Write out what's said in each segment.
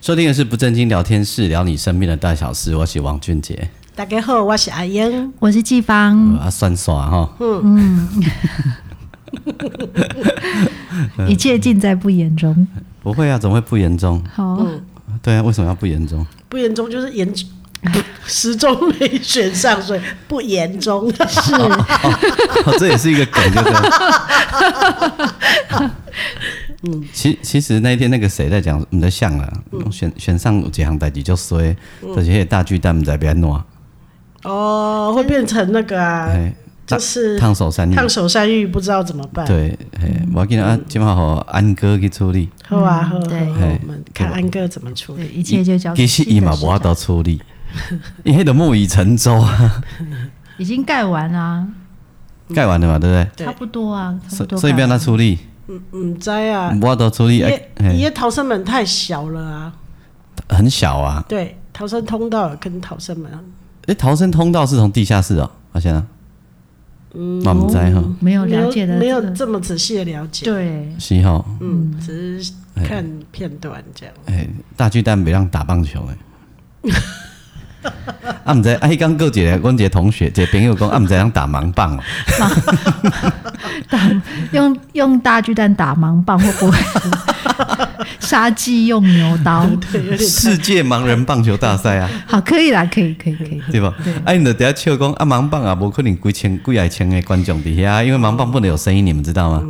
收听的是不正经聊天室，聊你身边的大小事。我是王俊杰，大家好，我是阿英。我是季芳，啊，算算哈，一切尽在不言中。不会啊，怎么会不严重？好，对啊，为什么要不严 重？不严重就是严， 始终没选上，所以不严重。是哦，这也是一个梗，就是。 嗯，其其实那一天那个谁在讲我们的像啊，选选上有几行代志就衰，这些大巨蛋不在边弄啊， 哦，会变成那个啊，哎，就烫是烫手山芋，烫手山芋，不知道怎么办。，对，哎，我今啊，今晚好安哥去处理，喝啊喝，对好我们看安哥怎么处对，理。一切就交给其实伊新的嘛市无法度长处理，伊迄个木已成舟啊，已经盖完啦，盖完了嘛，对不对？对差不多啊，差不所多。所以不要他，处理，嗯，在啊，无法度处理，哎夜嘿夜逃生门太小了啊。很小啊。对，逃生通道跟逃生门，啊哎，逃生通道是从地下室哦，好像啊，嗯，我们知哈，没有了解的没有这没有个这么仔细的了解。，对，是吼，嗯，只是看片段这样。哎，大巨蛋袂让打棒球诶。啊，毋知啊，迄工有一个阮一个同学，一个朋友讲，啊，毋知人打盲棒哦，用用大巨蛋打盲棒会不会 杀鸡用牛刀？世界盲人棒球大赛啊，好，可以啦，可以，可以，可以。可以对吧？啊，你就底下笑讲啊，盲棒啊，无可能几千、几百千的观众底下，因为盲棒不能有声音，你们知道吗？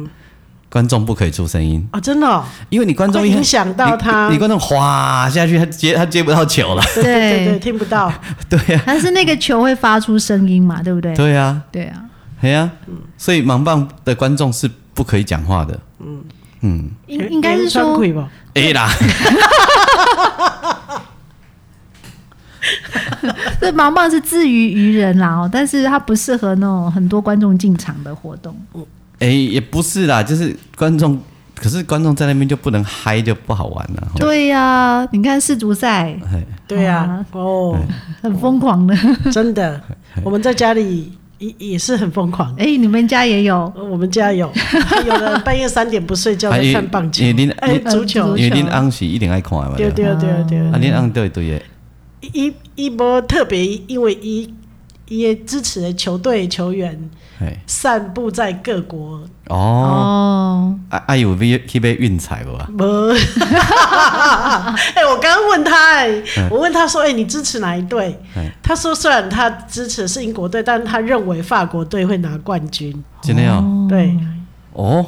观众不可以出声音，哦，真的哦，因为你观众一会影响到他你你观众哗下去，他接他接不到球了。对对对对，听不到。对呀、但是那个球会发出声音嘛，对不对？对呀、对啊，嘿呀、所以盲棒的观众是不可以讲话的。应应该是连川说鬼吧？哎、啦，这盲棒是自娱于人啦哦，但是它不适合那种很多观众进场的活动。哎、也不是啦，就是观众，可是观众在那边就不能嗨，就不好玩了。对呀、你看世足赛嘿对啊，哦，很疯狂的，嗯真的，我们在家里也也是很疯狂。 呃哎、你们家也有？我们家有有人半夜三点不睡觉在啊因为看棒球因为你，哎，你足球足，因为恁翁是一定爱看的嘛，对吧对对对啊，，恁翁对对的。一一波特别，因为一也支持的球队球员嘿散布在各国，哦，哦，啊啊有去去买运彩无啊？不， 哎，我刚刚问他，哎，我问他说，哎，你支持哪一队嗯？他说，虽然他支持的是英国队，但他认为法国队会拿冠军。真的哦，对，哦，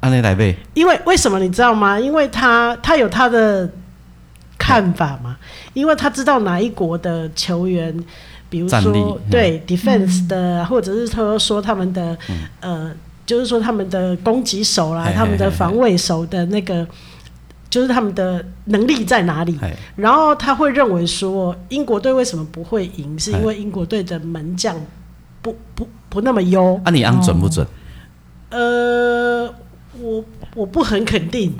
安尼来买，因为为什么你知道吗？因为他他有他的看法嘛，因为他知道哪一国的球员，比如战力嗯说对 defense 的，或者是说说他们的呃，就是说他们的攻击手啦嗯嘿嘿，嘿他们的防卫手的那个，就是他们的能力在哪里。嘿，然后他会认为说，英国队为什么不会赢，是因嘿为英国队的门将不不不那么优。啊你翁准不哦准？呃，我我不很肯定。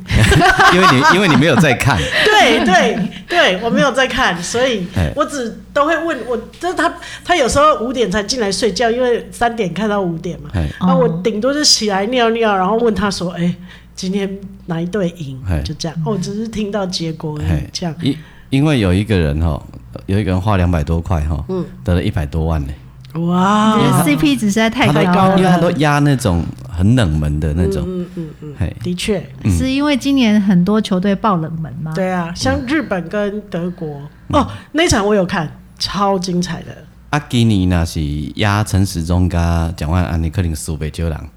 因为你因为你没有在看， 对对对，我没有在看，所以哎我只都会问我，就是他他有时候五点才进来睡觉，因为三点看到五点嘛，嘿，然后我哦顶多就起来尿尿，然后问他说，哎、今天哪一队赢哎？就这样，哦，只是听到结果而已嘿，这样，因因为有一个人哈，有一个人花两百多块哈，得了一百多万呢，啊哇，这 CP 值实在太他都高因为了。他都压那种很冷门的那种，嗯嗯嗯，嘿，的确，是因为今年很多球队爆冷门吗？，对啊，嗯像日本跟德国，哦，那场我有看，超精彩的，啊今年那是压陈时中跟蒋万安，你可能输北九郎。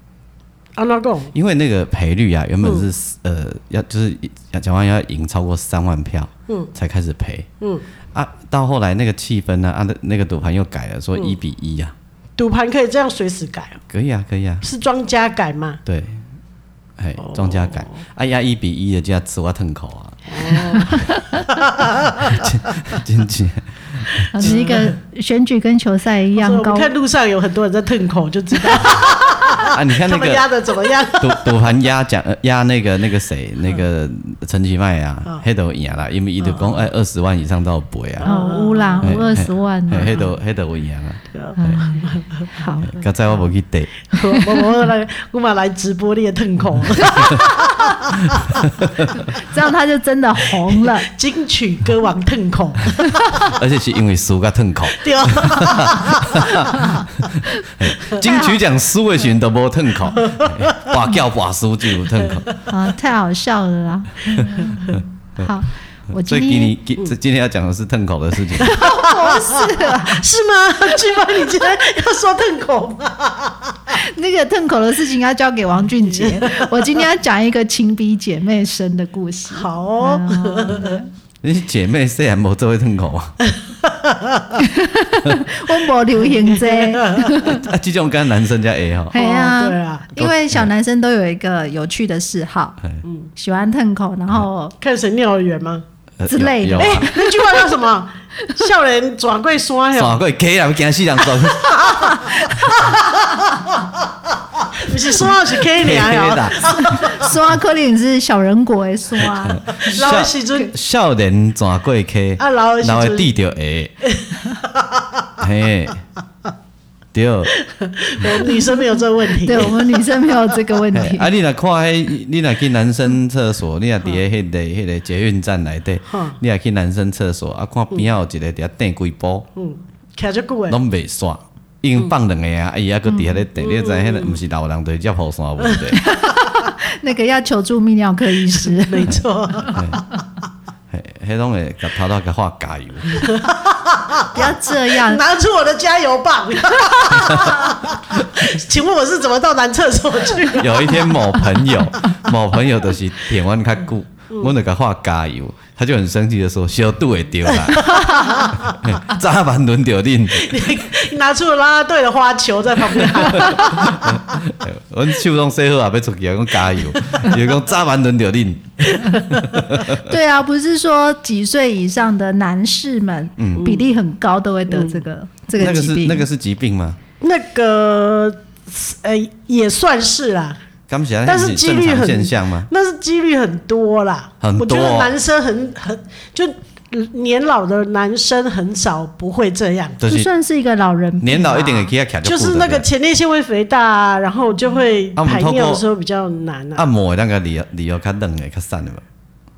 阿拉贡，因为那个赔率啊，原本是四、呃要就是蒋万安要赢超过三万票，嗯，才开始赔，嗯啊，到后来那个气氛呢、啊，那那个赌盘又改了，说一比一啊，赌盘可以这样随时改哦，可以啊，可以啊，是庄家改嘛？对，哎，庄家改，哎呀，一比一的就要吃我疼口啊，经济啊只是一个选举跟球赛一我样说高我，看路上有很多人在腾口，就知道啊，你看他那们个压的怎么 样。赌赌盘压奖呃压那个那个谁那个陈其迈啊，黑头赢啦，因为伊就讲哎二十万以上到不会啊，哦，乌啦，嘿乌二十万啊，哦黑头黑头赢啦，好，刚才我无去对，我我来，我嘛来直播你的腾 口这样他就真的红了。金曲歌王腾口，而且是因为输个痛苦，对 啊，金曲奖输的时阵都无痛苦，跋叫跋输就有痛苦，啊，太好笑了 啦！好，我所今以今天年今今天要讲的是痛苦的事情，不是啊是吗？巨妈，你今天要说腾口吗？ 那个腾口的事情要交给王俊 杰。我今天要讲一个情比姐妹深的故 事。好哦，啊嗯你姐妹虽然无做会痛苦啊，我没流行 这，啊，这种跟男生才会吼，哎哦对呀，啊，因为小男生都有一个有趣的嗜好，喜欢腾口，然 后看谁尿得远吗？呃之类的有有哎、啊那句话叫什么？笑人转贵山哟，耍过假人惊死人耍过不是山是 K 假 娘哟。啦。刷柯林是小人国的刷， 老的时阵少年转过去，啊老的时阵老的地就会，嘿，对，我女生没有这个问题对。我们女生没有这个问嘿题啊，。你若看迄，你若去男生厕所，你若伫咧迄个迄个捷运站内底嗯，你若去男生厕所，啊，看边仔有一个伫遐垫几包，嗯，卡就过哎，拢袂煞。已经放两个啊，啊伊还佫伫遐咧垫，你知迄个毋是老人对接雨伞有问题， 那个要求助泌尿科医 师，没错，嘿迄拢会甲头头甲画加油。 不要这 样，拿出我的加油 棒。请问我是怎么到男厕所去？有一天，某朋友， 某朋友就是舔完他顾，嗯我那个话加油，他就很生气的说：“小度会丢啦， 早晚轮到恁，你拿出了啦啦队的花球在旁边喊，阮手拢洗好啊，要出去啊，讲加油，伊讲早晚轮到恁，对啊，不是说几岁以上的男士们比例很高都会得这个、这那个个疾是病，那个是疾病吗？那个呃也算是啦，刚起来但是几正率常很现象吗？那是几率很多啦。很多我啊觉得男生很很就年老的男生很少不会这样。就就是算是一个老人病吧啊年老一点的，给他卡就是那个前列腺会肥大、啊，然后就会啊我们排透尿的过时候比较难啊。按摩的那个理由理由较冷的较散的嘛，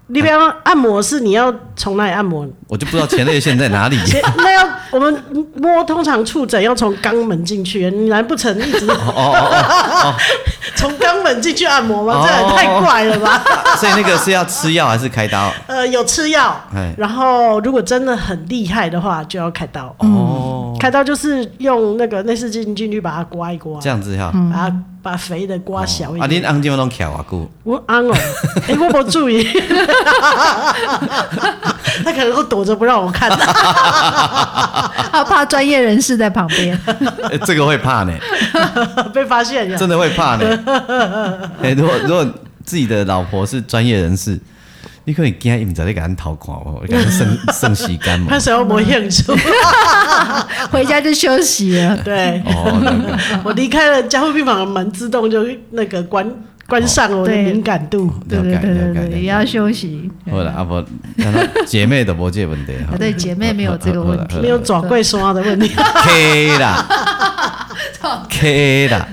你比方按摩是你要从哪里按 摩？我就不知道前列腺在哪里。 前那要我们摸，通常触诊要从肛门进去，你难不成一直哦哦 从肛门进去按摩吗？这也哦太怪了吧！哦，所以那个是要吃药还是开刀？呃，有吃药哎，然后如果真的很厉害的话，就要开刀。嗯哦，开刀就是用那个内视镜进去把它刮一刮这，样子哈。把它把肥的刮小一啊，点。恁翁即马拢徛偌久？ 我安哦，哎、我没注意， 他可能都躲着不让我看。啊 他 怕专业人士在旁边，欸这个会怕呢，被发现了真。的会怕呢。欸如果如果自己的老婆是专业人士，你可能惊伊毋知咧甲咱偷看哦，甲咱剩剩时间嘛 他。想要没兴趣，嗯回家就休息了。对哦，那个我离开了加护病房的门，自动就那个关关上了我的对敏感度。对 了对解对了对解对，也了要解。休息。好啦，啊无，咱们姐妹都无这个问题哈啊，。对姐妹没有这个问题好啦没有 转柜刷的问题， K 啦，K 啦，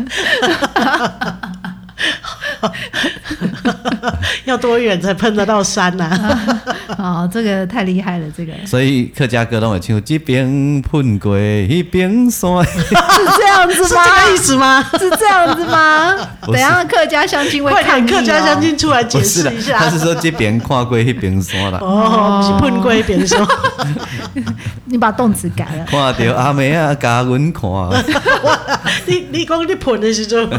要多远才碰得到山呐、 啊？哦，这个太厉害了，这个所以客家歌拢会唱这边喷过，迄边山。 是这样是子这吗？个意思吗？是这样子吗？ 不等是一下客家相亲会哦快看点，客家相亲出来解不是释啦一，他下是。说这边看过，迄边山啦。哦，不是碰过一边说，你把动词改了。看到阿妹啊，加阮看，你你讲你碰的时候，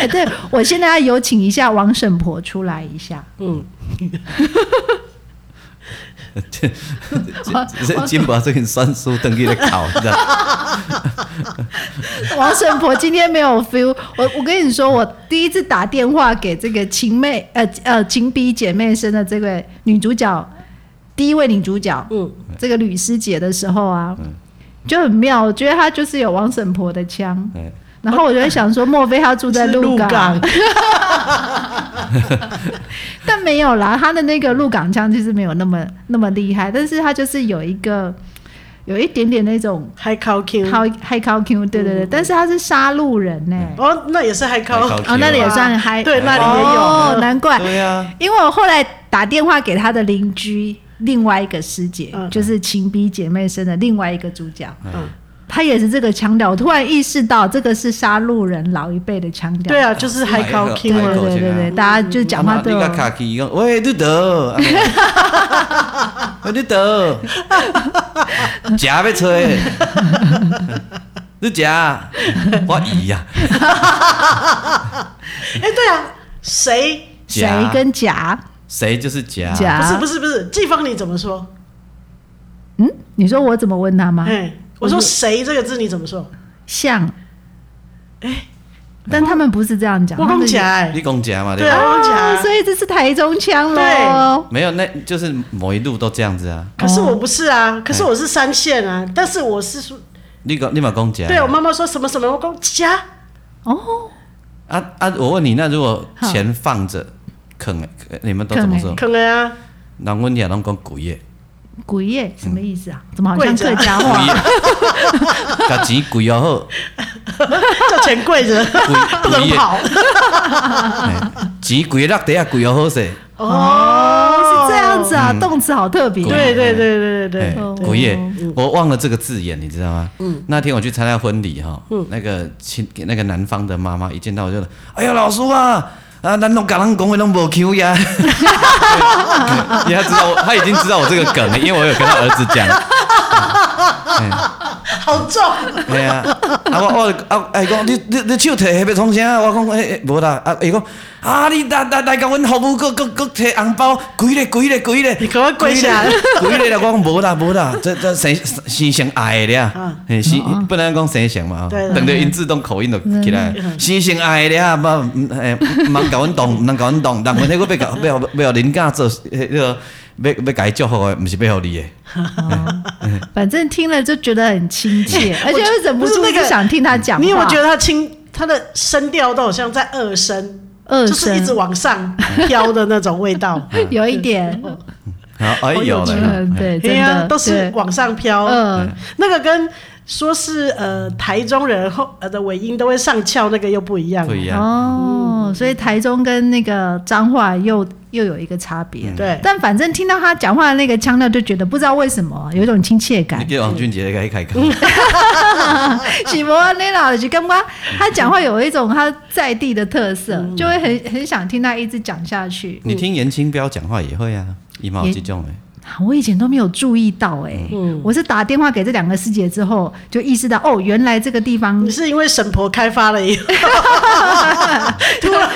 哎，对我现在要有 请一下王婶婆出来一下。嗯，这金宝这个算术登记的考，你知道？ 王神婆今天没有 feel，我我跟你说，我第一次打电话给这个情妹呃呃情比姐妹生的这位女主角，第一位女主角，嗯，这个吕师姐的时候啊，嗯就很妙，我觉得她就是有王神婆的腔，哎然后我就会想说，莫非她住 在是鹿鹿港港？ 但没有啦，他的那个鹿港腔其实没有那么那么厉害，但是他就是有一个有一点点那种还考 Q， high high 高 Q，对嗯对对，但是他是杀路人呢、哦，那也是还考还，考哦，那里也算嗨，啊对那里也有啊哦，难怪，对啊呀，因为我后来打电话给他的邻居，另外一个师姐，嗯就是情比姐妹生的另外一个主角，嗯她也是这个腔调，我突然意识到这个是杀路人老一辈的腔调，对啊，就是还考 Q 对海啊对嗯口对对对，大家就是讲话都你有个卡机讲，喂，你得，喂，你得，食要吹， 你食，我姨啊呀，哎，对啊，谁？谁跟甲谁就是啊夹，甲，不是不是不是，季芳你怎么说？嗯，你说我怎么问他吗？哎，我说谁这个字你怎么说？像，哎但他们不是这样讲，我他讲们起来你，讲夹嘛，对吧？啊，我哦讲起所来。以这是台中腔喽。没有，那就是某一路都这样子啊。可是我不是啊，可是我是三线啊，但是我是说，你讲你嘛讲夹，对我妈妈说什么什么，我讲家，哦，啊啊！我问你，那如果钱放着，坑的，你们都怎么说？可能啊，人阮遐拢讲鬼耶，鬼耶什么意思啊？嗯怎么好像跪着客家话？鬼，把钱鬼哦好。叫钱跪着，不能跑。嘿钱贵落地啊，贵又好势，哦，是这样子啊，嗯动词好特别。对对对对对哎对，哦，贵耶！我忘了这个字眼，你知道吗？嗯，那天我去参加婚礼哈，那个亲那个男方的妈妈一见到我就，哎呀，老叔啊，啊，咱拢甲人讲话拢无 Q 呀， 因为他知道我，他已经知道我这个梗了，因为我有跟他儿子讲，好重，哎呀，啊我我啊，哎讲你你你手摕迄要创啥？我讲哎无啦，啊伊讲啊你来来来甲阮服务，佫佫佫摕红包，跪咧跪咧跪咧，你赶快跪下来跪咧啦！我讲无啦无啦，这这生生成爱的啊嗯，嘿生不能讲生成嘛，对啦等着因自动口音就起来，生成爱的啊，嘛哎，毋通甲阮动，毋通甲阮动，人阮迄个要甲要要互人家做迄个要要甲伊祝福的，毋是要互你的。哦反正听了就觉得很亲切，而 我且又忍不不是住那就个想听他讲话。你有没有觉得他轻，他的声调都好像在二声，二就是一直声往上飘的那种味道。 有一点？啊哎好有有哎趣了嗯，， 对，对真哎呀，的都是哦对往上飘。嗯，那个跟说是呃台中人后呃的尾音都会上翘，那个又不一样不。一样。哦，所以台中跟那个彰化又又有一个差别。嗯对但反正听到他讲话的那个腔调，就觉得不知道为什么啊有一种亲切你感。叫王俊杰来开口， 喜摩那老就跟我他讲话有一种他在地的特色，就会很很想听他一直讲下去。你听严清标讲话也会啊，伊嘛有这种的，啊我以前都没有注意到哎、我是打电话给这两个师姐之后，就意识到哦，原来这个地 方你是因为神婆开发了 以后，突然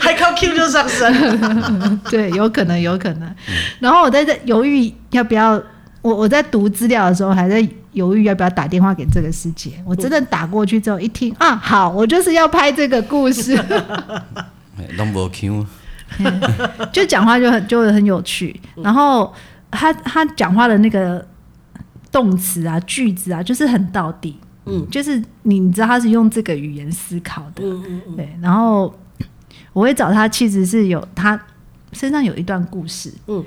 还靠 Q 就上 升，对，有可能，有可能。然后我在这犹豫要不要，我我在读资料的时候还在犹豫要不要打电话给这个师姐。我真的打过去之后一听啊，好，我就是要拍这个故事，嘿拢无腔，就讲话就很就很有趣。嗯然后他他讲话的那个动词啊、句子啊，就是很到底。嗯，就是你你知道他是用这个语言思考的，嗯对。然后我会找他，其实是有他身上有一段故事。嗯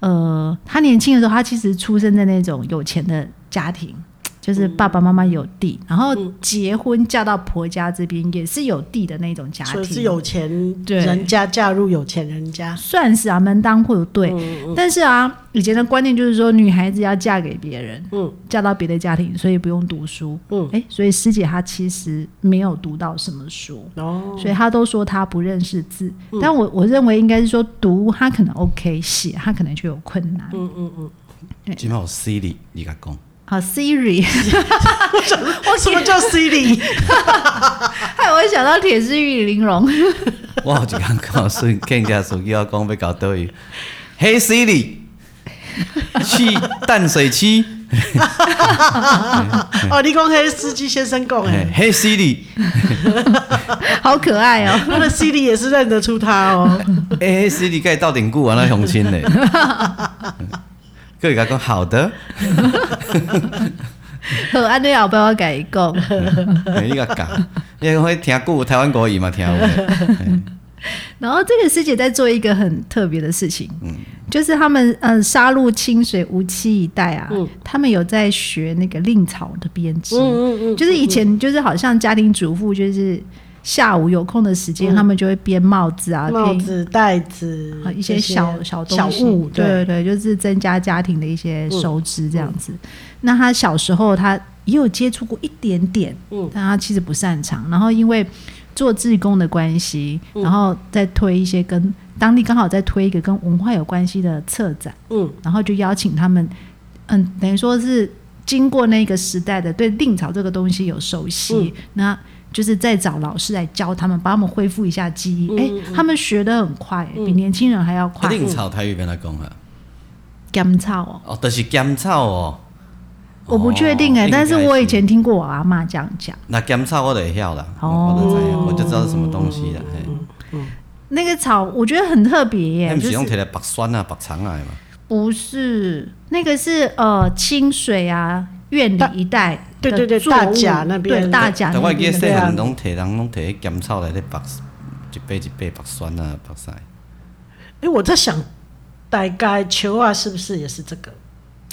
呃，他年轻的时候，他其实出生在那种有钱的家庭，就是爸爸妈妈有地，嗯然后结婚嫁到婆家这边也是有地的那种家所庭，以是有钱对人家嫁入有钱人家。嗯算是啊门当户对。但是啊，以前的观念就是说，女孩子要嫁给别人，嗯嫁到别的家庭，所以不用读书。嗯哎、所以师姐她其实没有读到什么书。哦，所以她都说她不认识字，但我我认为应该是说读她可能 OK，写她可能就有困难。嗯嗯嗯，即码有 Siri 你甲讲，好，Siri， 我什么叫 Siri？害我想到《铁之玉玲珑》我有一天告诉见人家手机我讲要搞倒去，嘿 Siri，去淡水区， 哦，你讲黑司机先生讲嘿哎，嘿 Siri，好可爱哦、他的 CD 也是认得出他 哦。哎 Siri 盖到顶固完了雄亲嘞，各位甲讲好的，好，安尼后摆我甲伊讲，嘿你甲讲，你讲会听久台湾国语嘛听有的，然后这个师姐在做一个很特别的事情，就是他们嗯杀入清水无期一带啊，他们有在学那个令草的编织，嗯嗯嗯就是以前就是好像家庭主妇就是下午有空的时间，他们就会编帽子啊，嗯，帽编子、袋子啊，一些小小小东西物，对，对嗯对，就是增加家庭的一些收支这样子。那他小时候他也有接触过一点点，嗯但他其实不擅长。然后因为做志工的关系，嗯然后再推一些跟当地刚好在推一个跟文化有关系的策展，嗯然后就邀请他们，嗯，等于说是经过那个时代的对令草这个东西有熟悉，嗯那就是再找老师来教他们，帮他们恢复一下记忆。嗯哎、嗯他们学得很快、嗯比年轻人还要快。定草台语边来讲啊，甘草哦，哦，就是甘草哦，我不确定哎、哦但是我以。应该前听过我阿妈这样讲，那甘草我就会晓啦，哦嗯我就知影，我就知道是什么东西啦。嘿，那个草我觉得很特别耶、那不嗯就是用是摕来白酸啊、白肠啊的嘛？不是那个是呃清水啊院里一带对的对对作物大甲那边对大甲但那我记边得的细对啊汉拢摕人拢摕迄甘草来咧白，一杯一杯白酸啊、白晒。哎，我在想，大概球啊，是不是也是这个？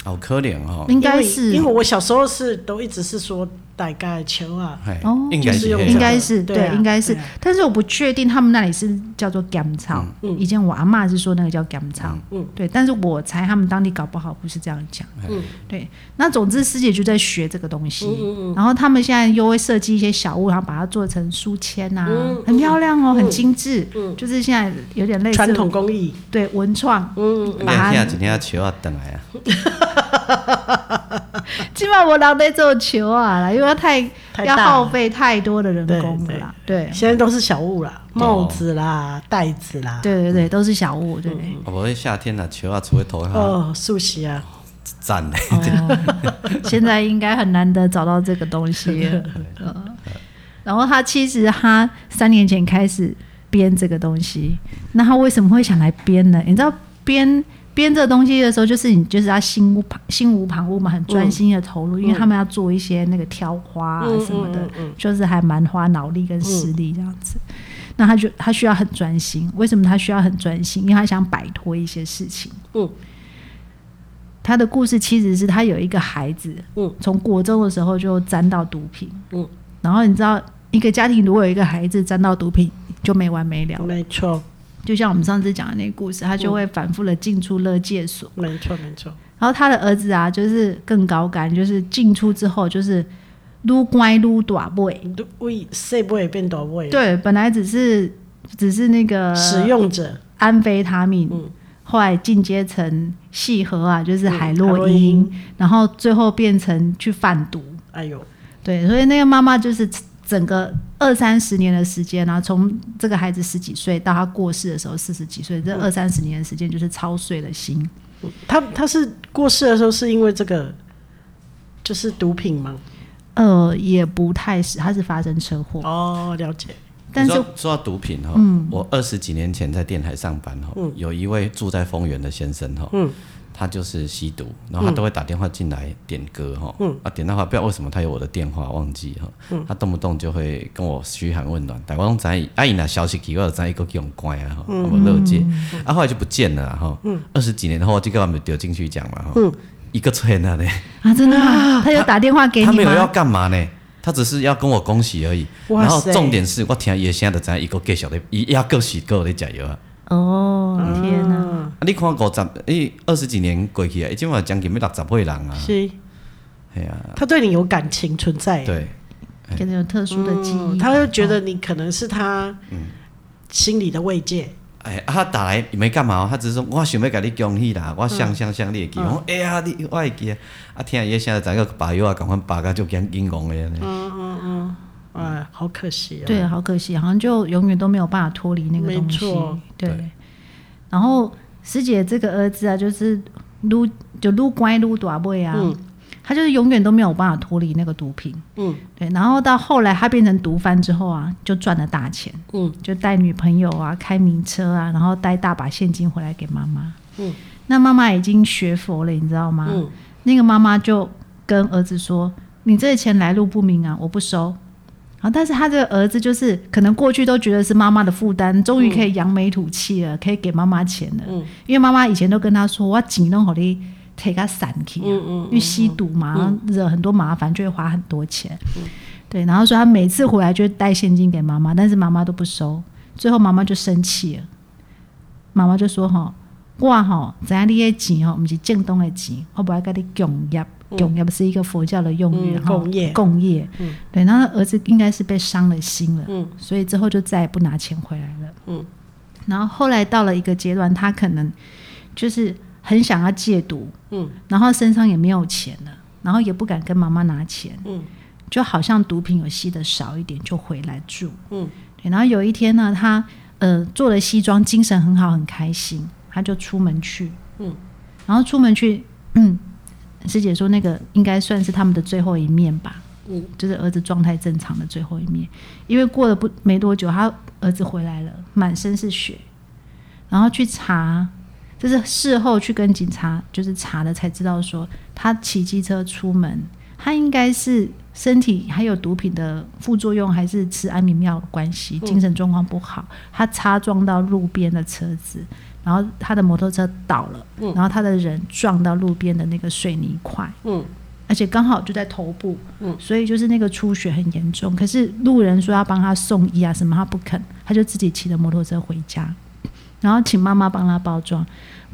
好可怜哦，应该因是为因为我小时候是都一直是说大概球啊，嘿哦应该就是是用那这应样该是对啊对，应该是对啊，但是我不确定他们那里是叫做甘草。以前我阿妈是说那个叫甘草，嗯对，但是我猜他们当地搞不好不是这样讲，嗯对。那总之师姐就在学这个东西，嗯然后他们现在又会设计一些小物，然后把它做成书签啊，嗯很漂亮哦，嗯很精致，嗯就是现在有点类似传统工艺，对文创。嗯，你把它听一听树啊，等来啊，起码我脑袋做球啊啦，因为它太太要大耗了费太多的人工了啦，对现在都是小物啦，哦帽子啦、袋子啦，对对对，都是小物，对。啊无迄夏天啊，树啊除咧头壳哦，素席啊，赞嘞。哦 现在应该很难得找到这个东西了。嗯然后他其实他三年前开始编这个东西，那他为什么会想来编呢？你知道编编这个东西的时候，就是你就是要心无旁心无旁骛嘛，很专心的投入，因为他们要做一些那个挑花啊嗯什么的，就是还蛮花脑力跟实力这样子。那他就他需要很专心，为什么他需要很专心？因为他想摆脱一些事情。嗯，他的故事其实是他有一个孩子，嗯，从国中的时候就沾到毒品，嗯，然后你知道一个家庭如果有一个孩子沾到毒品就没完没了，没错，就像我们上次讲的那个故事，他就会反复的进出乐戒所，没错，没错，然后他的儿子啊就是更高干，就是进出之后就是撸乖撸短背，你都为谁不会变多位？对，本来只是只是那个使用者，安非他命，嗯后来进阶成细合啊，就是海嗯海洛洛因，因然后最后变成去贩毒。哎呦，对，所以那个妈妈就是整个二三十年的时间，然后从这个孩子十几岁到他过世的时候四十几岁，这嗯二三十年的时间就是操碎了心。他他是过世的时候是因为这个，就是毒品吗？呃，也不太是，他是发生车祸，哦，了解，但你是嗯说说到毒品哈，我二十几年前在电台上班哈，有一位住在丰原的先生哈，他就是吸毒，然后他都会打电话进来点歌哈，啊点到话不知道为什么他有我的电话忘记哈，他动不动就会跟我嘘寒问暖，但我拢知道，啊伊若消息给我，知伊个用关啊哈，我乐界，嗯啊后来就不见了哈，二十几年后这个我们丢进去讲嘛哈，一个吹那嘞。啊，真的吗？他有打电话给他你没有要吗？干嘛呢？他只是要跟我恭喜而已。哇然后塞重点是我听爷现在在一个介绍的，伊要够洗够的加油啊！哦，天哪、嗯，啊，你看五十，伊二十几年过去啊，已经嘛将近要六十岁人啊，是，哎啊，他对你有感情存在，对，可能有特殊的记忆，嗯，他会觉得你可能是他心里的慰藉，哎，啊，他打来没干嘛哦，他只是说我想要甲你恭喜啦，我想想想你会嗯记，我说哎呀，你我会记啊，啊，听爷现在在个把油啊，赶快把个就紧紧讲的哦呢，啊，好可惜啊，对，好可惜，好像就永远都没有办法脱离那个没东西错。对，对然后师姐这个儿子啊，就是撸就撸乖撸短尾啊，嗯他就是永远都没有办法脱离那个毒品。嗯对，然后到后来他变成毒贩之后啊，就赚了大钱，嗯，就带女朋友啊，开名车啊，然后带大把现金回来给妈妈。嗯，那妈妈已经学佛了，你知道吗？嗯，那个妈妈就跟儿子说：“你这钱来路不明啊，我不收。”然后，但是他这个儿子就是可能过去都觉得是妈妈的负担，终于可以扬眉吐气了，可以给妈妈钱了。嗯因为妈妈以前都跟他说：“我钱弄好你提个散去啊。嗯嗯嗯因为吸毒嘛，然后惹很多麻烦，就会花很多钱。对，然后所以他每次回来就会带现金给妈妈，但是妈妈都不收，最后妈妈就生气了。妈妈就说：“吼，我吼，知影你的钱吼，不是正东的钱，我不要跟你共业。共业是一个佛教的用语，嗯吼共业共业。嗯对，然后儿子应该是被伤了心了，嗯所以之后就再也不拿钱回来了。嗯然后后来到了一个阶段，他可能就是很想要戒毒，嗯然后身上也没有钱了，然后也不敢跟妈妈拿钱，嗯就好像毒品有吸的少一点就回来住。嗯对，然后有一天呢，他呃做了西装，精神很好，很开心，他就出门去，嗯，然后出门去，嗯，师姐说那个应该算是他们的最后一面吧，嗯，就是儿子状态正常的最后一面，因为过了不没多久，他儿子回来了，满身是血，然后去查，就是事后去跟警察就是查了才知道说，他骑机车出门，他应该是身体还有毒品的副作用，还是吃安眠药的关系，精神状况不好，他擦撞到路边的车子，然后他的摩托车倒了，嗯然后他的人撞到路边的那个水泥块。嗯而且刚好就在头部，嗯所以就是那个出血很严重。可是路人说要帮他送医啊什么，他不肯，他就自己骑着摩托车回家，然后请妈妈帮他包装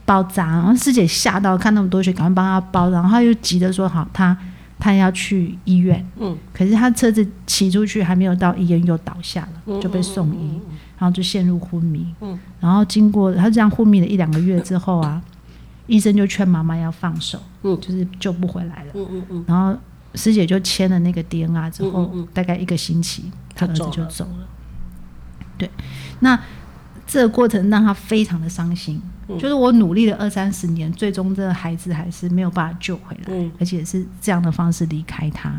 包扎。然后师姐吓到，看那么多血，赶快帮他包，然后他又急着说好，他他要去医院。嗯，可是他车子骑出去还没有到医院，又倒下了，就被送医，然后就陷入昏迷。嗯，然后经过他这样昏迷了一两个月之后啊， 医生就劝妈妈要放手，嗯就是救不回来了。嗯嗯嗯，然后师姐就签了那个 DNR 之后，嗯嗯嗯大概一个星期，他他儿子走就了走了。对，那这个过程让他非常的伤心，嗯就是我努力了二三十年，最终这个孩子还是没有办法救回来，嗯而且是这样的方式离开他。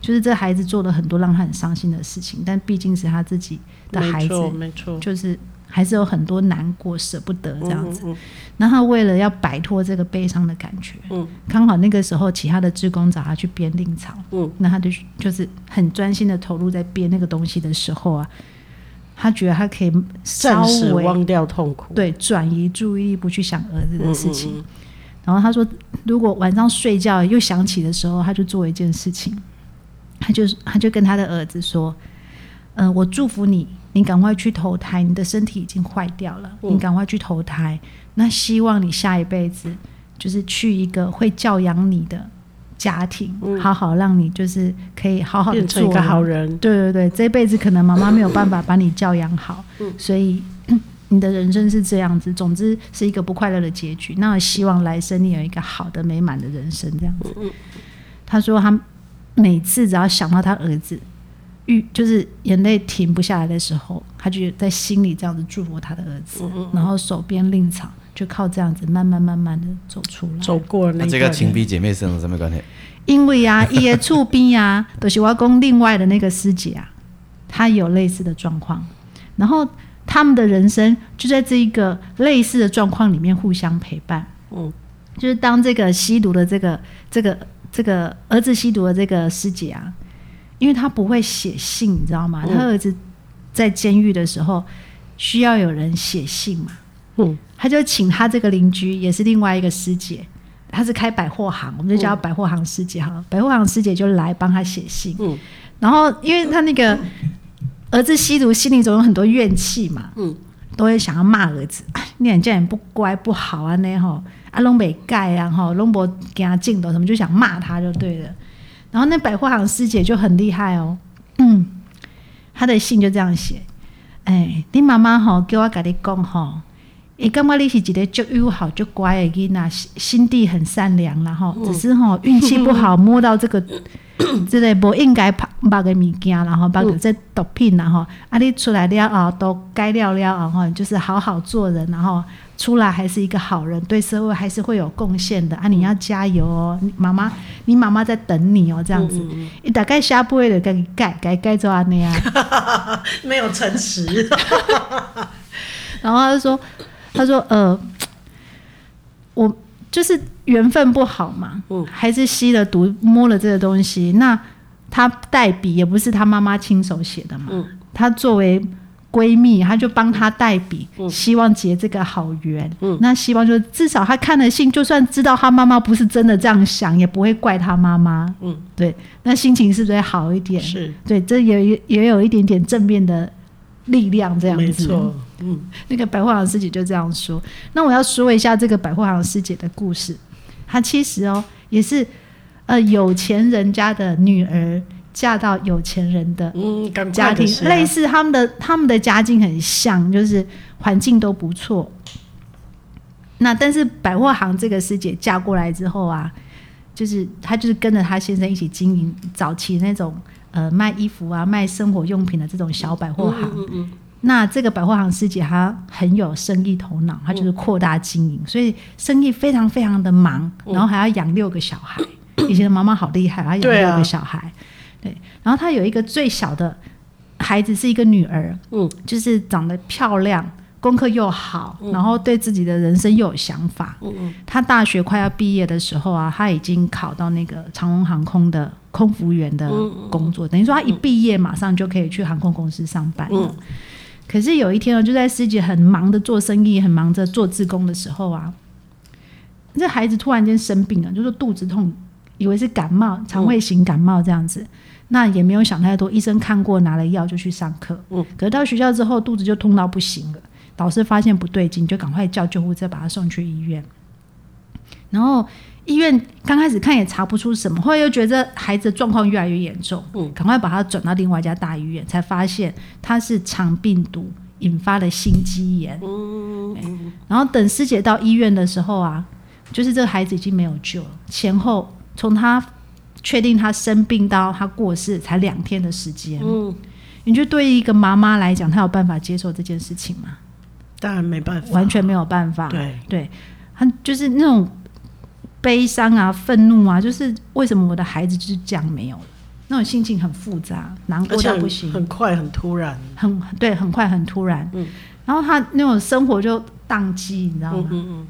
就是这孩子做了很多让他很伤心的事情，但毕竟是他自己的孩没子，错没错，就是还是有很多难过、舍不得这样子。子，那他为了要摆脱这个悲伤的感觉，嗯刚好那个时候其他的职工找他去编令草，嗯那他就就是很专心的投入在编那个东西的时候啊，他觉得他可以稍暂时微忘掉痛苦，对转移注意力，不去想儿子嗯，的事情。然后他说，如果晚上睡觉又想起的时候，他就做一件事情，他就他就跟他的儿子说：“嗯、我祝福你，你赶快去投胎，你的身体已经坏掉了，嗯你赶快去投胎。那希望你下一辈子就是去一个会教养你的家庭，嗯好好让你就是可以好好的变哦做成一个人好人，对对对，这辈子可能妈妈没有办法把你教养好，所以 你的人生是这样子。总之是一个不快乐的结局。那希望来生你有一个好的美满的人生，这样子。他说他每次只要想到他儿子，遇就是眼泪停不下来的时候，他就在心里这样子祝福他的儿嗯子，然后手边令草，就靠这样子慢慢慢慢的走出来。走过那那一啊这个段情比姐妹深有什么关系？嗯因为啊， 伊的厝边啊，都、就是我公另外的那个师姐啊，她有类似的状况，然后他们的人生就在这一个类似的状况里面互相陪伴。嗯就是当这个吸毒的这个这个这个儿子吸毒的这个师姐啊，因为她不会写信，你知道吗？嗯她儿子在监狱的时候需要有人写信嘛，嗯他就请他这个邻居，也是另外一个师姐，她是开百货行，我们就叫她百货行师姐好了。百货行师姐就来帮他写信，嗯然后因为他那个儿子吸毒，心里总有很多怨气嘛，嗯都会想要骂儿子，哎你这样也不乖不好啊，那吼啊拢没盖啊吼，拢无行镜头什么，就想骂他就对了。然后那百货行师姐就很厉害哦，嗯，她的信就这样写，哎，你妈妈吼叫我跟你讲吼。伊感觉你是一个足友好、足乖的囡仔，心心地很善良啦吼，只是吼运气不好摸到这个即个无应该拍捌的物件啦吼，包括这毒品啦吼，啊你出来了啊，都该了了啊吼，就是好好做人，然后出来还是一个好人，对社会还是会有贡献的啊！你要加油哦，你妈妈，你妈妈在等你哦，这样子，你大概下不会的跟改改改做安尼啊，没有诚实，然后他就说，他说呃，我就是缘分不好嘛，嗯孩子吸了毒，摸了这个东西，那他代笔也不是他妈妈亲手写的嘛， 嗯他作为闺蜜，他就帮他代笔，嗯希望结这个好缘，嗯那希望就至少他看了信，就算知道他妈妈不是真的这样想，也不会怪他妈妈，嗯，对，那心情是不是会好一点？是对，这也也也有一点点正面的力量，这样子，没错，嗯那个百货行师姐就这样说。那我要说一下这个百货行师姐的故事。她其实哦，也是呃有钱人家的女儿嫁到有钱人的嗯，赶家快庭的，事啊类似他们的他们的家境很像，就是环境都不错。那但是百货行这个师姐嫁过来之后啊，就是她就是跟着她先生一起经营早期那种呃卖衣服啊、卖生活用品的这种小百货行。嗯嗯那这个百货行师姐她很有生意头脑，她就是嗯扩大经营，所以生意非常非常的忙，嗯然后还要养六个小 孩。以前的妈妈好厉害，她养对啊六个小孩。对，然后她有一个最小的孩子是一个女儿，嗯，就是长得漂亮，功课又好，然后对自己的人生又有想法。嗯嗯她大学快要毕业的时候啊，她已经考到那个长荣航空的空服员嗯的工作，等于说她一毕业马上就可以去航空公司上班了。嗯可是有一天呢，就在师姐很忙着做生意、很忙着做志工的时候啊，这孩子突然间生病了，就说肚子痛，以为是感冒、肠胃型感冒这样子。那也没有想太多，医生看过拿了药就去上课。嗯可是到学校之后肚子就痛到不行了，老师发现不对劲，就赶快叫救护车把他送去医院。然后医院刚开始看也查不出什么，后来又觉得孩子的状况越来越严重，嗯赶快把他转到另外一家大医院，才发现他是肠病毒引发的心肌炎。哎嗯嗯然后等师姐到医院的时候啊，就是这个孩子已经没有救了，前后从他确定他生病到他过世才两天的时间。嗯，你就对于一个妈妈来讲，她有办法接受这件事情吗？当然没办法，完全没有办法。对，对，他就是那种悲伤啊、愤怒啊，就是为什么我的孩子就是这样没有了，那种心情很复杂，难而过且嗯到不很行，很快很突然，很对，很快很突然。嗯然后他那种生活就宕机，你知道吗？嗯嗯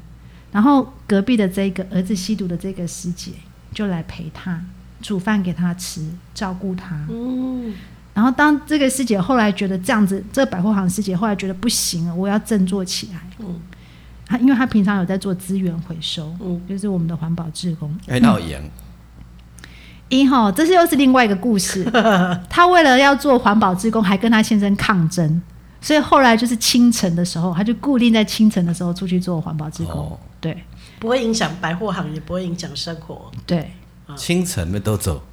然后隔壁的这个儿子吸毒的这个师姐就来陪他，煮饭给他吃，照顾他。嗯嗯然后当这个师姐后来觉得这样子，这个百货行师姐后来觉得不行了，我要振作起来。嗯她因为她平常有在做资源回收，嗯就是我们的环保志工。哎，那我赢，一号，这是又是另外一个故 事。她为了要做环保志工，还跟她先生抗争，所以后来就是清晨的时候，她就固定在清晨的时候出去做环保志工。哦对不会影响百货行，也不会影响生活。对，清晨的都走，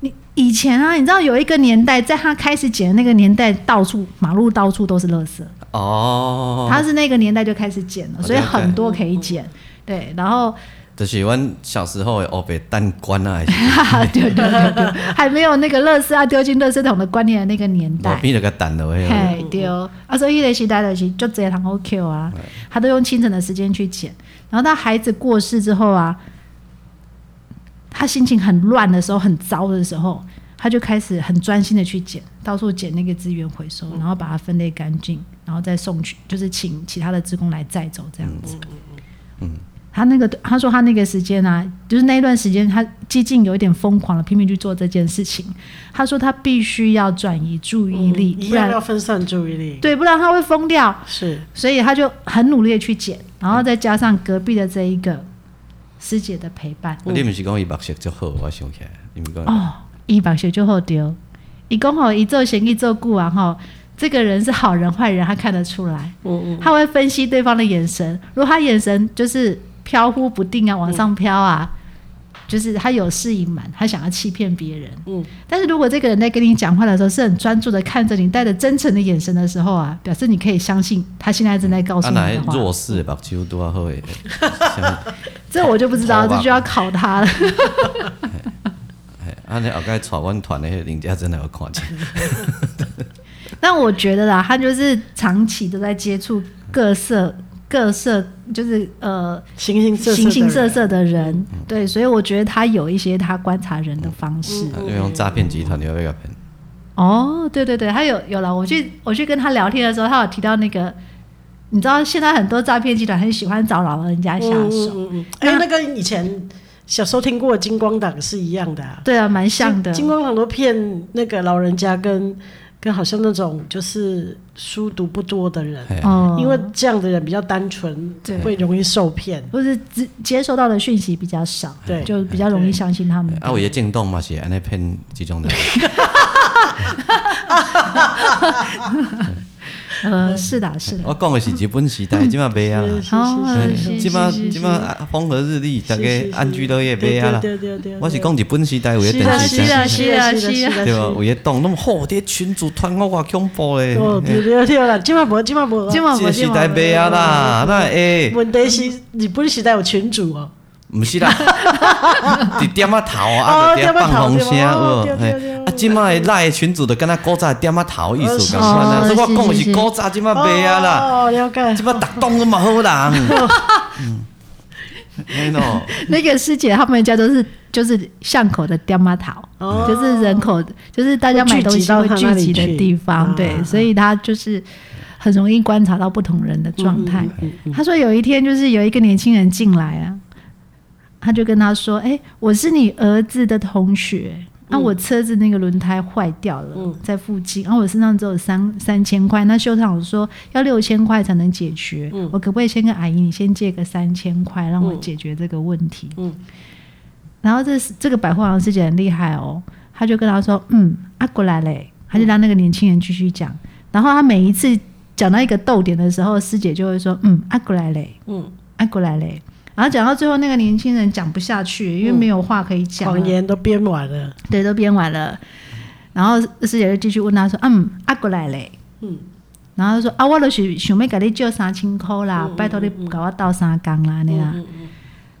你以前啊，你知道有一个年代，在他开始捡的那个年代，到处马路到处都是垃圾，哦，他是那个年代就开始捡了，哦所以了解很多可以捡。对，然后 就是阮小时候的黑白蛋官啊， 对对对对，还没有那个垃圾要丢进垃圾桶的观念的那个年我代。变了个蛋了，嘿，嘿，对哦，啊，所以迄个时代就是就这堂 OK 啊，他都用清晨的时间去捡，然后他孩子过世之后啊，他心情很乱的时候，很糟的时候，他就开始很专心的去捡，到处捡那个资源回收，然后把它分类干净，然后再送去，就是请其他的职工来载走这样子。他那个他说他那个时间啊，就是那一段时间，他接近有一点疯狂了，拼命去做这件事情。他说他必须要转移注意力，嗯一不样然要分散注意力，对，不然他会疯掉。是所以他就很努力的去捡，然后再加上隔壁的这一个师姐的陪伴，啊你毋是讲伊目色足好，我想起来，你们讲，哦，伊把学就后丢，伊讲吼伊做嫌疑做顾啊吼，这个人是好人坏人，他看得出来，嗯他会分析对方的眼神，如果他眼神就是飘忽不定啊，往上飘啊。嗯就是他有事隐瞒，他想要欺骗别人。嗯但是如果这个人在跟你讲话的时候是很专注的看着你，带着真诚的眼神的时候啊，表示你可以相信他现在正在哦告诉啊你那的话。弱势的目睭拄啊好诶，这我就不知道，好吧 这就要考他了。嘿啊，你后盖带阮团的那个人家真的有 看见，啊但我觉得啦，他就是长期都在接触各色各色，就是呃形形色色的形人，嗯形色色的人，对，所以我觉得他有一些他观察人的方式。啊就用诈骗集团你要不要骗？哦，对对对，他有有了。我去我去跟他聊天的时候，他有提到那个，你知道现在很多诈骗集团很喜欢找老人家下嗯手，嗯嗯嗯，哎、那跟以前小时候听过的金光党是一样的、啊，对啊，蛮像的。金光党都骗那个老人家跟跟好像那种就是书读不多的人，嘿哦，因为这样的人比较单纯，对会容易受骗。或是接接收到的讯息比较少，对就比较容易相信他们。啊，我爷进洞嘛是安尼骗这种 的，呃，是的，是的。我讲的是日本时代，即嘛 袂啊啦，哦是是即嘛是是即嘛啊风和日丽，大是家安居乐业袂啊啦。对对对对对，我是讲日本时代有一是啊电视是台啊，是啊是啊是啊，对吧？有一洞那么好，啲群主团我话恐怖咧。哦，对对对啦，今晚无今晚无，今晚这我时今代晚袂啊啦，那诶，问题是日本时代有群主哦，毋 是啦，伫点啊头啊，啊哦就在放风声点啊头有对无？吧对对嘿对啊，即摆赖的群主就敢若古早的点啊头的意思共款啊，哦所以我讲的是是是古早，即摆袂啊啦，哦，了解。即摆逐栋都嘛好 人。嗯，哦嘿咯， 那个师姐他们家都是就是巷口的刁妈桃，哦就是人口就是大家买东西会聚集的地方，会聚集到他那里去啊对，所以他就是很容易观察到不同人的状态。嗯嗯他说有一天就是有一个年轻人进来啊，他就跟他说：“哎、我是你儿子的同学。”那、我车子那个轮胎坏掉了，嗯在附近。啊然、后我身上只有三三千块，那修厂说要六千块才能解决。嗯我可不可以先跟阿姨你先借个三千块，让我嗯解决这个问题？嗯然后这这个百货行师姐很厉害哦，她就跟他说：“嗯，阿、啊、过来嘞。”她就让那个年轻人继续讲。然后他每一次讲到一个逗点的时候，师姐就会说：“嗯，阿、啊、过来嘞，嗯，阿、啊、过来嘞。”然后讲到最后，那个年轻人讲不下去，因为嗯没有话可以讲了，谎言都编完了，对，都编完了。然后师姐就继续问他说：“嗯，阿、啊、过来嘞。”嗯，然后他说：“啊，我就是想要给你借三千块啦，嗯嗯拜托你嗯给我倒三缸啦，那样、嗯嗯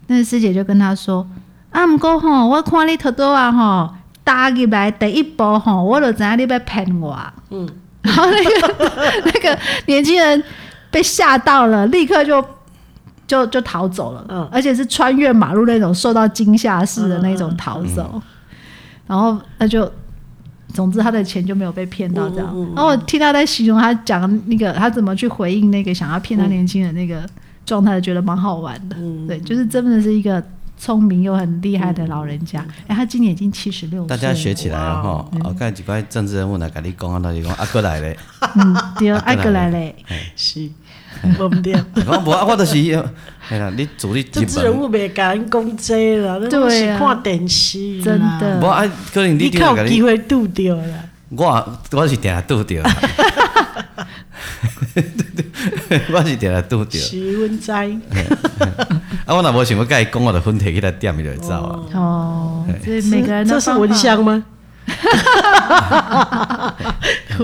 那师姐就跟他说：“啊，毋过吼，我看你头多啊吼，搭入来第一步吼，我就知影你要骗我。啊嗯” 然后那个那个年轻人被吓到了，立刻就就就逃走了，嗯而且是穿越马路那种受到惊吓式的那种逃走。然后那就，总之他的钱就没有被骗到这样。嗯嗯嗯嗯然后我听他在形容他讲那个他怎么去回应那个想要骗他年轻人那个状态，觉得蛮好玩的。嗯对，就是真的是一个聪明又很厉害的老人家。嗯哎、他今年已经七十六岁了，大家学起来了吼。哦后盖一摆政治人物来甲你讲啊，那就讲啊，过来咧。 嗯，对，啊艾格莱嘞， 是，忘不掉。我讲无啊，我就是，嘿啦，你主力政日治人本。物袂甲咱讲这啦，那拢是对啊看电视啦真，的无啊，可能嗯你你就较甲有你机会拄着啦。我我是定下拄着，啊 我是定下拄着。是阮知，啊，我若无想要甲伊讲，我就分摕起来点伊就会走啊。哦，所以是每个人的这是方法蚊 香吗？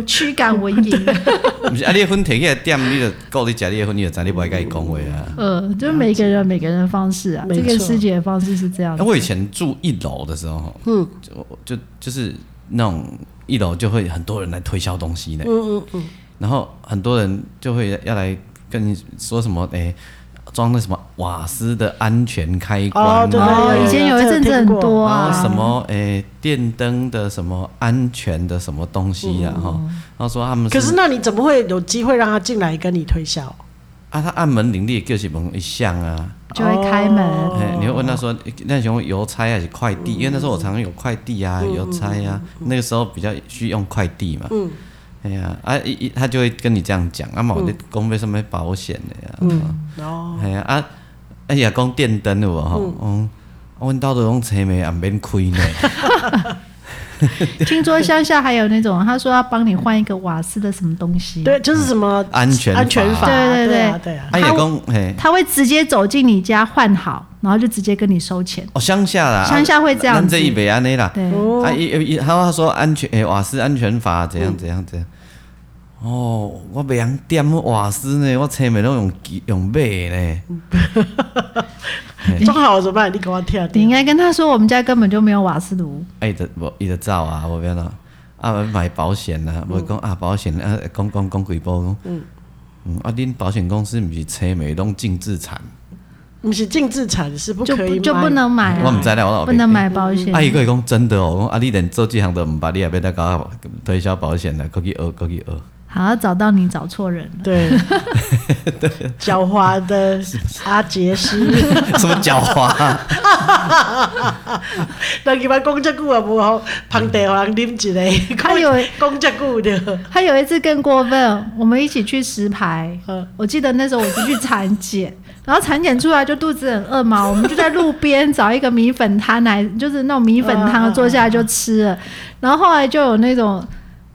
驱赶蚊 蝇，哦毋是啊，你的分摕起来点，你就顾你食你的分，你就知你无爱甲伊讲话啊。呃，就是每个人有每个人的方式啊，没这错个师姐的方式是这样啊的，我以前住一楼的时候，嗯就就就是那种一楼就会很多人来推销东西的，嗯嗯嗯，然后很多人就会要来跟你说什么诶。装那什么瓦斯的安全开关啊、哦对哦，以前有一阵子很多然啊，后什么诶、电灯的什么安全的什么东西啦哈，然后说他们哦可是那你怎么会有机会让他进来跟你推销？啊，他按门铃，你也叫是门一响啊，就会开门，哦嗯哎，你会问他说那时候邮差还是快递，因为那时候我常常有快递啊、邮差啊，那个时候比较需用快递嘛，嗯哎呀啊一一他就会跟你这样讲，啊嘛，我的公费上面保险的呀，嗯，哦，哎呀啊，哎呀讲电灯的我吼，嗯，我到都用车没也免开 呢，听说乡下还有那种，他说要帮你换一个瓦斯的什么东西，对，就是什么安全安全法法，嗯对对对啊对对啊，啊也讲嘿。他会直接走进你家换好，然后就直接跟你收钱。哦，乡下啦，乡下会这样咱子咱这一辈安尼啦，对，哦啊，一一一，他他说安全，哎、瓦斯安全法怎样怎样怎样，哦，我袂晓点瓦斯呢，我车咪拢用机用买呢。嗯装好了怎么办？你给我听你应听。该跟他说，我们家根本就没有瓦斯炉。啊，伊就无，伊就走啊，无变咯。啊，买保险嗯啊，无讲啊保险啊，讲讲讲几波讲。嗯。啊，恁保险公司毋是车咪拢净资产？不是净资产是不就可以不就买不能买、啊，我毋知咧，我老不能。买保险。啊，伊个讲真的哦，我讲啊，你连做即项都毋捌，你也要来搞我推销保险啦，过去学，过去学。 好，要找到你找错人了。 对，狡猾的阿杰斯， 什么狡猾、啊人伊嘛讲遮久也无好，旁地互人啉一个，还有讲遮久的，他有一次更过分，我们一起去石牌，嗯我记得那时候我是去产检，然后产检出来就肚子很饿嘛，我们就在路边找一个米粉摊来，就是那种米粉嗯嗯汤，嗯坐下来就吃了。然后后来就有那种，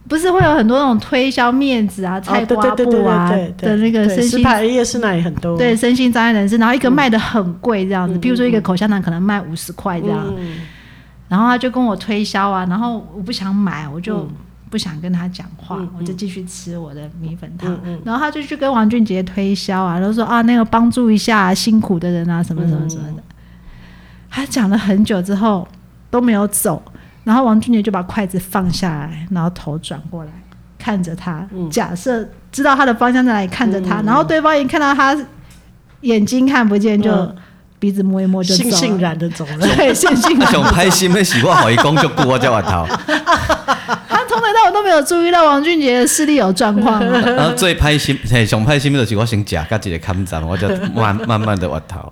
不是会有很多那种推销面子啊、菜哦对瓜对对布啊对对对的那个对身石心牌夜市那里很多，对身心障碍人士，然后嗯一个卖的很贵这样子，比如说一个口香糖可能卖五十块这样，嗯，然后他就跟我推销啊，然后我不想买，我就不想跟他讲话，嗯嗯嗯我就继续吃我的米粉汤。嗯嗯然后他就去跟王俊杰推销啊，就说啊那个帮助一下、辛苦的人啊，什么什么什么嗯的。他讲了很久之后都没有走，然后王俊杰就把筷子放下来，然后头转过来看着他，嗯假设知道他的方向在哪里看着他，然后对方一看到他眼睛看不见，就嗯鼻子摸一摸就走悻了，悻然的走了， 对，悻悻然。上歹心的是我，互伊讲足久，我才 回头。他从头到尾都没有注意到王俊杰的视力有状况、 啊。然后最歹心，嘿，上歹心的就是我先食甲一个坎站，我才慢 慢慢的回头。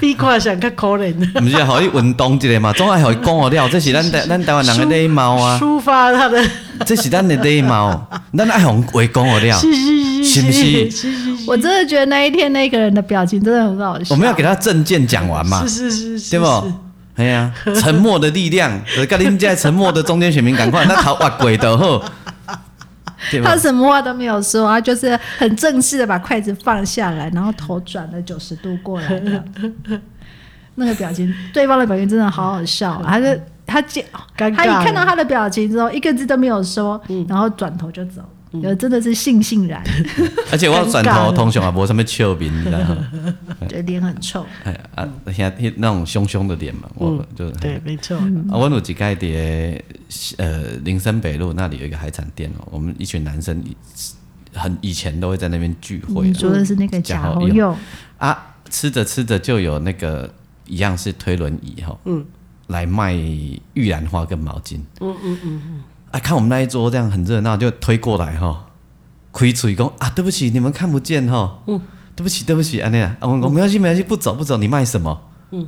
比看上较可怜，毋是，互伊运动一下嘛，总爱互伊讲 互了，这是咱台咱台湾人的礼貌啊，抒发他的， 这是咱的礼貌，咱爱互话讲互了。是是是是不是是是是，我真的觉得那一天那个人的表情真的很好笑。我们要给他证件讲完嘛是，是是是，对不是？哎 呀，沉默的力量，呃，跟恁在沉默的中间选民赶快， 那头挖鬼的好，对吧他？什么话都没有说，他就是很正式的把筷子放下来，然后头转了九十度过来这 样。那个表情，对方的表情真的好好笑、啊，他就他见他尴尬一看到他的表情之后，一个字都没有说，然后转头就走，呃，真的是悻悻 然，而且我转尴尬头了通常也无什么笑面，你知道吗？就脸很臭。哎啊，现在那种凶凶的脸嘛，我就对，没错，嗯啊，我有一盖伫呃林森北路那里有一个海产店哦，我们一群男生以很以前都会在那边聚会啊你啦说的嗯是那个假贾好侯用用，啊，吃着吃着就有那个一样是推轮椅哈，嗯，来卖玉兰花跟毛巾，嗯嗯嗯嗯，啊，看我们那一桌这样很热闹，就推过来哈，开嘴讲啊，对不起，你们看不见哈，嗯，对不起对不起，安尼啊，啊我讲没关系没关系，不走不走，你卖什么？嗯，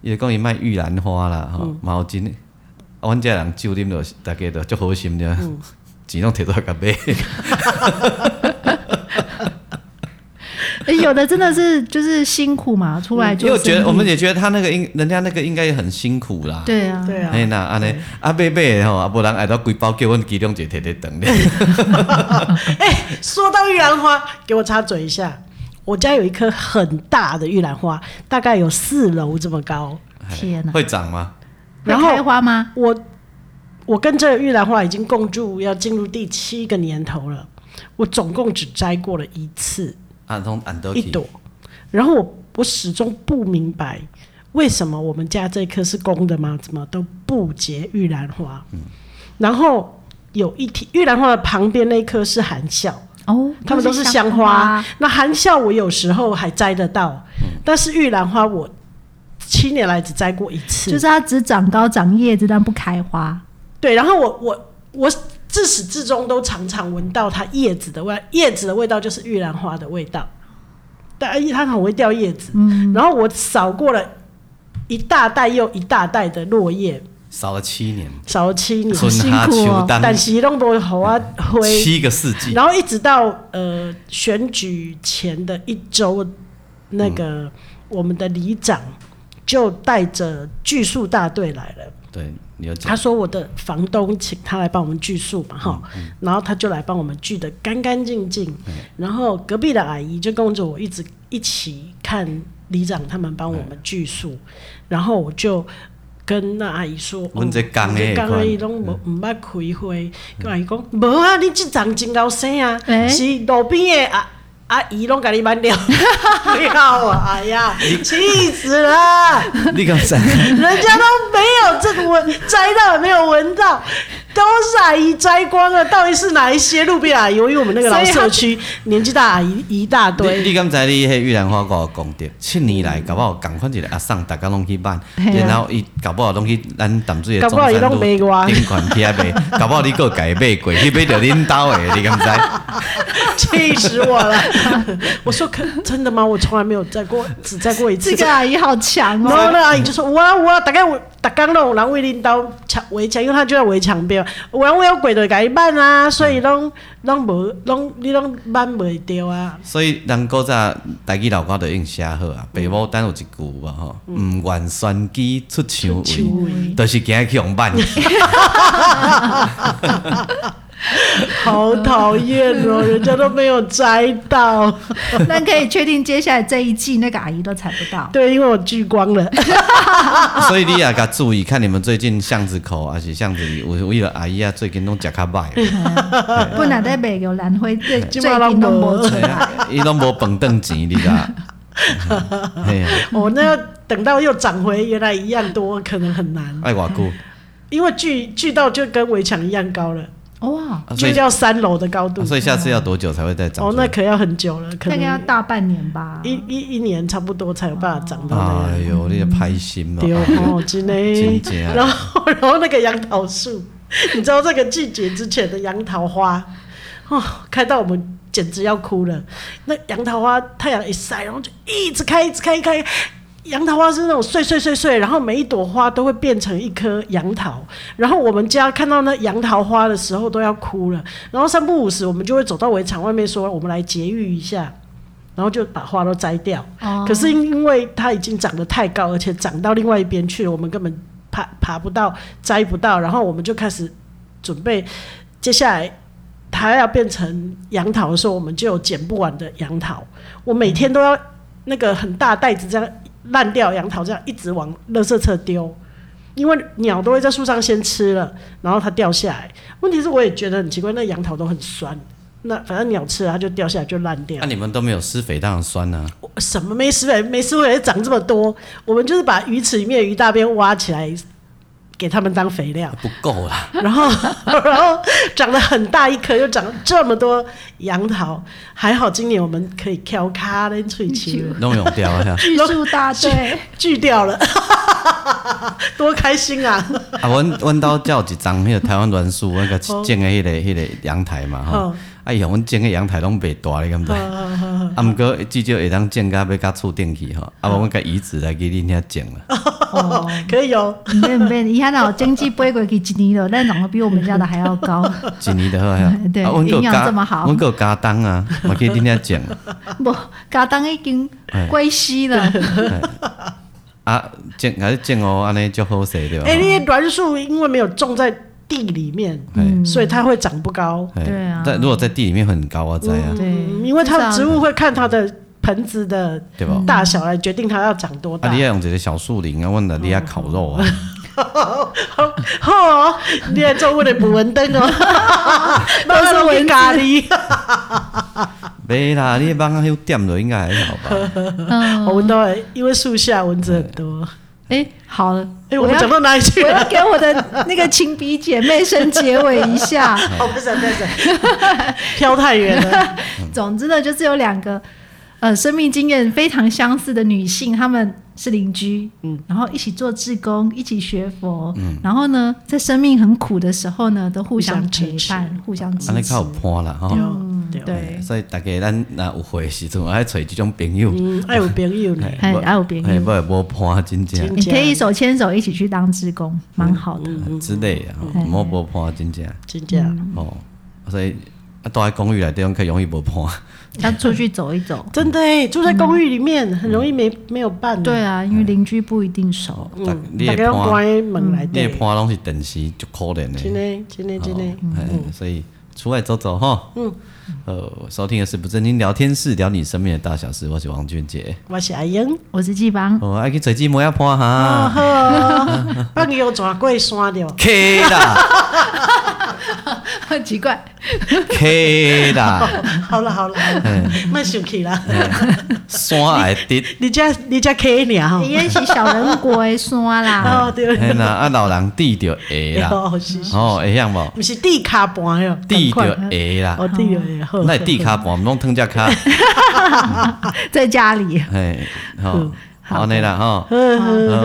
也讲伊卖玉兰花啦哈，毛巾，啊，阮家人酒啉着，大家都足好心的，钱拢摕出来甲 买。诶哎有的真的是就是辛苦嘛，出来因为做我觉生得意我们也觉得他那个应人家那个应该也很辛苦啦。对啊，对啊哎，那安尼啊，买买的吼，啊，无人爱到规包叫阮其中一个摕摕等咧。说到玉兰花，给我插嘴一下，我家有一棵很大的玉兰花，大概有四楼这么高。天哪 会长吗？然然后后开花吗？我我跟这个玉兰花已经共住要进入第七个年头了，我总共只摘过了一次啊，从安德一去朵，然后我我始终不明白为什么我们家这棵是公的吗？怎么都不结玉兰花？然后有一天玉兰花的旁边那一棵是含笑。哦，他们都是香花。那含笑我有时候还摘得到，但是玉兰花我七年来只摘过一次。就是它只长高长叶子，但不开花。对，然后我我我自始至终都常常闻到它叶子的味，叶子的味道就是玉兰花的味道。但哎它很会掉叶子，嗯然后我扫过了一大袋又一大袋的落叶，少了七年，扫了七年，春夏辛苦秋哦冬但是都不好啊灰。七个世纪，然后一直到呃选举前的一周，那个、我们的里长就带着巨树大队来了。对，你有他讲，说我的房东请他来帮我们锯树嘛，哈、嗯然后他就来帮我们锯得干干净净。然后隔壁的阿姨就跟着我一直嗯一起看里长他们帮我们锯树，然后我就跟那阿姨说，嗯阮这工的讲那的一伊款嗯拢无毋捌开会，跟阿姨讲，无啊，你即丛真够生啊，欸是路边的阿阿姨拢甲你挽 掉，不要啊，哎呀，气死了。你 敢知？人家都没有这个闻摘到，也没有闻到，都是阿姨摘光了。到底是哪一些路边阿姨？因为我们那个老社区年纪大阿姨一大堆，你你敢知你迄玉兰花我有讲着，七年来搞不好共款一个阿送，大家拢去办，嘿啊然后伊搞不好拢去咱淡水搞的不好中伊山拢路卖我顶款去遐卖，搞不好你个改买过，去买着恁兜的，你敢知？气死我了！我说可真的吗？我从来没有摘过，只摘过一次这。个阿姨好强然后哦，那阿姨就说：“我啊我啊，大概我大刚弄，然后为领导墙围墙，因为他就在围墙边，我要我要鬼的改办啊，所以拢拢无拢你拢办袂掉啊。”所以人古早台语老歌就已经写好啊，嗯爸母等有一句无吼，毋愿选举出墙出位，就是惊去 用办。好讨厌哦，人家都没有摘到。 那可以确定接下来这一季那个阿姨都采不 到。对，因为我聚光了。 所以你也较注意，看你们最近巷子口还是巷子里，有有迄个阿姨啊，最近拢食较歹。 本来在北有兰花，最现最在都近都没没出嘿来。啊伊拢无饭顿钱，你 知道？嘿啊，我那要等到又长回原来一样多，可能很难，爱偌久，因为聚聚到就跟围墙一样高了，哇，啊所聚以到三楼的高度啊。所以下次要多久才会再长哦，出来？那可要很久了，可大概要能大半年吧。一一一年差不多才有办法长到那哎样。呦，你歹心对哦！ 哦，真真的。正啊然后 然后那个杨桃树， 你知道这个季节之前的杨桃花，哦，开到我们简直要哭了。那杨桃花太阳一晒，然后就一直开，一直开，一直开。杨桃花是那种碎碎碎碎，然后每一朵花都会变成一颗杨桃。然后我们家看到那杨桃花的时候都要哭了。然后三不五时，我们就会走到围场外面说：“我们来节育一下。”然后就把花都摘掉。哦可是因为它已经长得太高，而且长到另外一边去了，我们根本爬爬不到、摘不到，然后我们就开始准备接下来。它要变成杨桃的时候，我们就有剪不完的杨桃。我每天都要那个很大袋子这样烂掉杨桃，这样一直往垃圾车丢，因为鸟都会在树上先吃了，然后它掉下来。问题是我也觉得很奇怪，那杨桃都很酸，那反正鸟吃了它就掉下来就烂掉那。啊你们都没有施肥，当然 酸啊。我什么没施肥，没施肥长这么多，我们就是把鱼池里面的鱼大便挖起来，给它们当肥料， 不够啦，然后 然后长得很大一颗，又长了这么多杨桃，还好今年我们可以挑咖喱脆起了，拢用掉啊！巨树大 队，锯掉了， 多开心啊！ 啊，阮阮兜才有一张迄个台湾栾树，阮甲种的迄个迄个阳台嘛吼哦。哎呀，阮种的阳台拢袂大，你敢知？啊，毋过至少会当种甲要甲厝顶去吼。啊，无阮甲移植来去恁遐种 啦。哦，可以哦，不用不用，伊遐那经济背过去一年了，但长得比我们家的还要 高，。一年就好呀 对啊阮还有营养加这么好阮还有加冬 啊，嘛去恁遐种。不，家当已经归西了。啊，种还是种哦，安尼足好势对吧？哎、那些栾树因为没有种在地里面，嗯所以它会长不高，嘿对啊在如果在地里面会很高啊，在啊，对嗯因为它的至少植物会看它的盆子的对吧？大小来决定它要长多大。啊，你要用一个小树林啊，阮那里遐烤肉啊，哦，你还做我的捕蚊灯哦， 都是蚊咖喱。 没啦，你帮啊，有点落应该还好 吧？嗯，哦我闻到了，因为树下蚊子很多。哎，好了，哎、我们要讲到哪里去我了？要给我的那个情比姐妹声结尾一下。哦，不是不是， 飘太远 了。总之呢，就是有两个呃生命经验非常相似的女性，她们是邻居，嗯，然后一起做志工，一起学佛，嗯，然后呢，在生命很苦的时候呢，都互相陪互相伴，互相支安尼持啊较有，伴啦吼。嗯，对，对，所以大家咱若有会的时阵，爱找即种朋友，嗯，爱有朋友呢。哎无爱有朋友嘿无无伴真真正啊你可以手牵手一起去当志工，蛮好的。之类的，吼嗯无无伴真正真这样，哦。所以啊，住在公寓内底，较容易无伴。要出去走一走，真的哎，住在公寓里面很容易没没有伴。对，啊，因为邻居不一定熟，大嗯，你大的家要伴，关门来你的对。伴拢是电视，足可怜的。真的，真的，真的。嗯，所以出外走走哈。嗯，呃，收听的是不正经聊天室，聊你身边的大小事。我是王俊杰， 哦我是阿英，我是季芳，我爱去找姊妹仔伴哦哈。好哦，我放油抓过山掉， K 啦很 奇怪。 ，K 啦，好了好了，慢生气啦，山会直，你家你家 K 你哈，伊迄是小人国的山啦，哦对嘿啦，啊老人地就会啦， 哦是是，哦会晓无？不是地卡盘哟，地就赶快会啦，哦地就好，那地好卡盘，拢汤 只卡，在家里。嘿，吼，好呢啦吼。好好好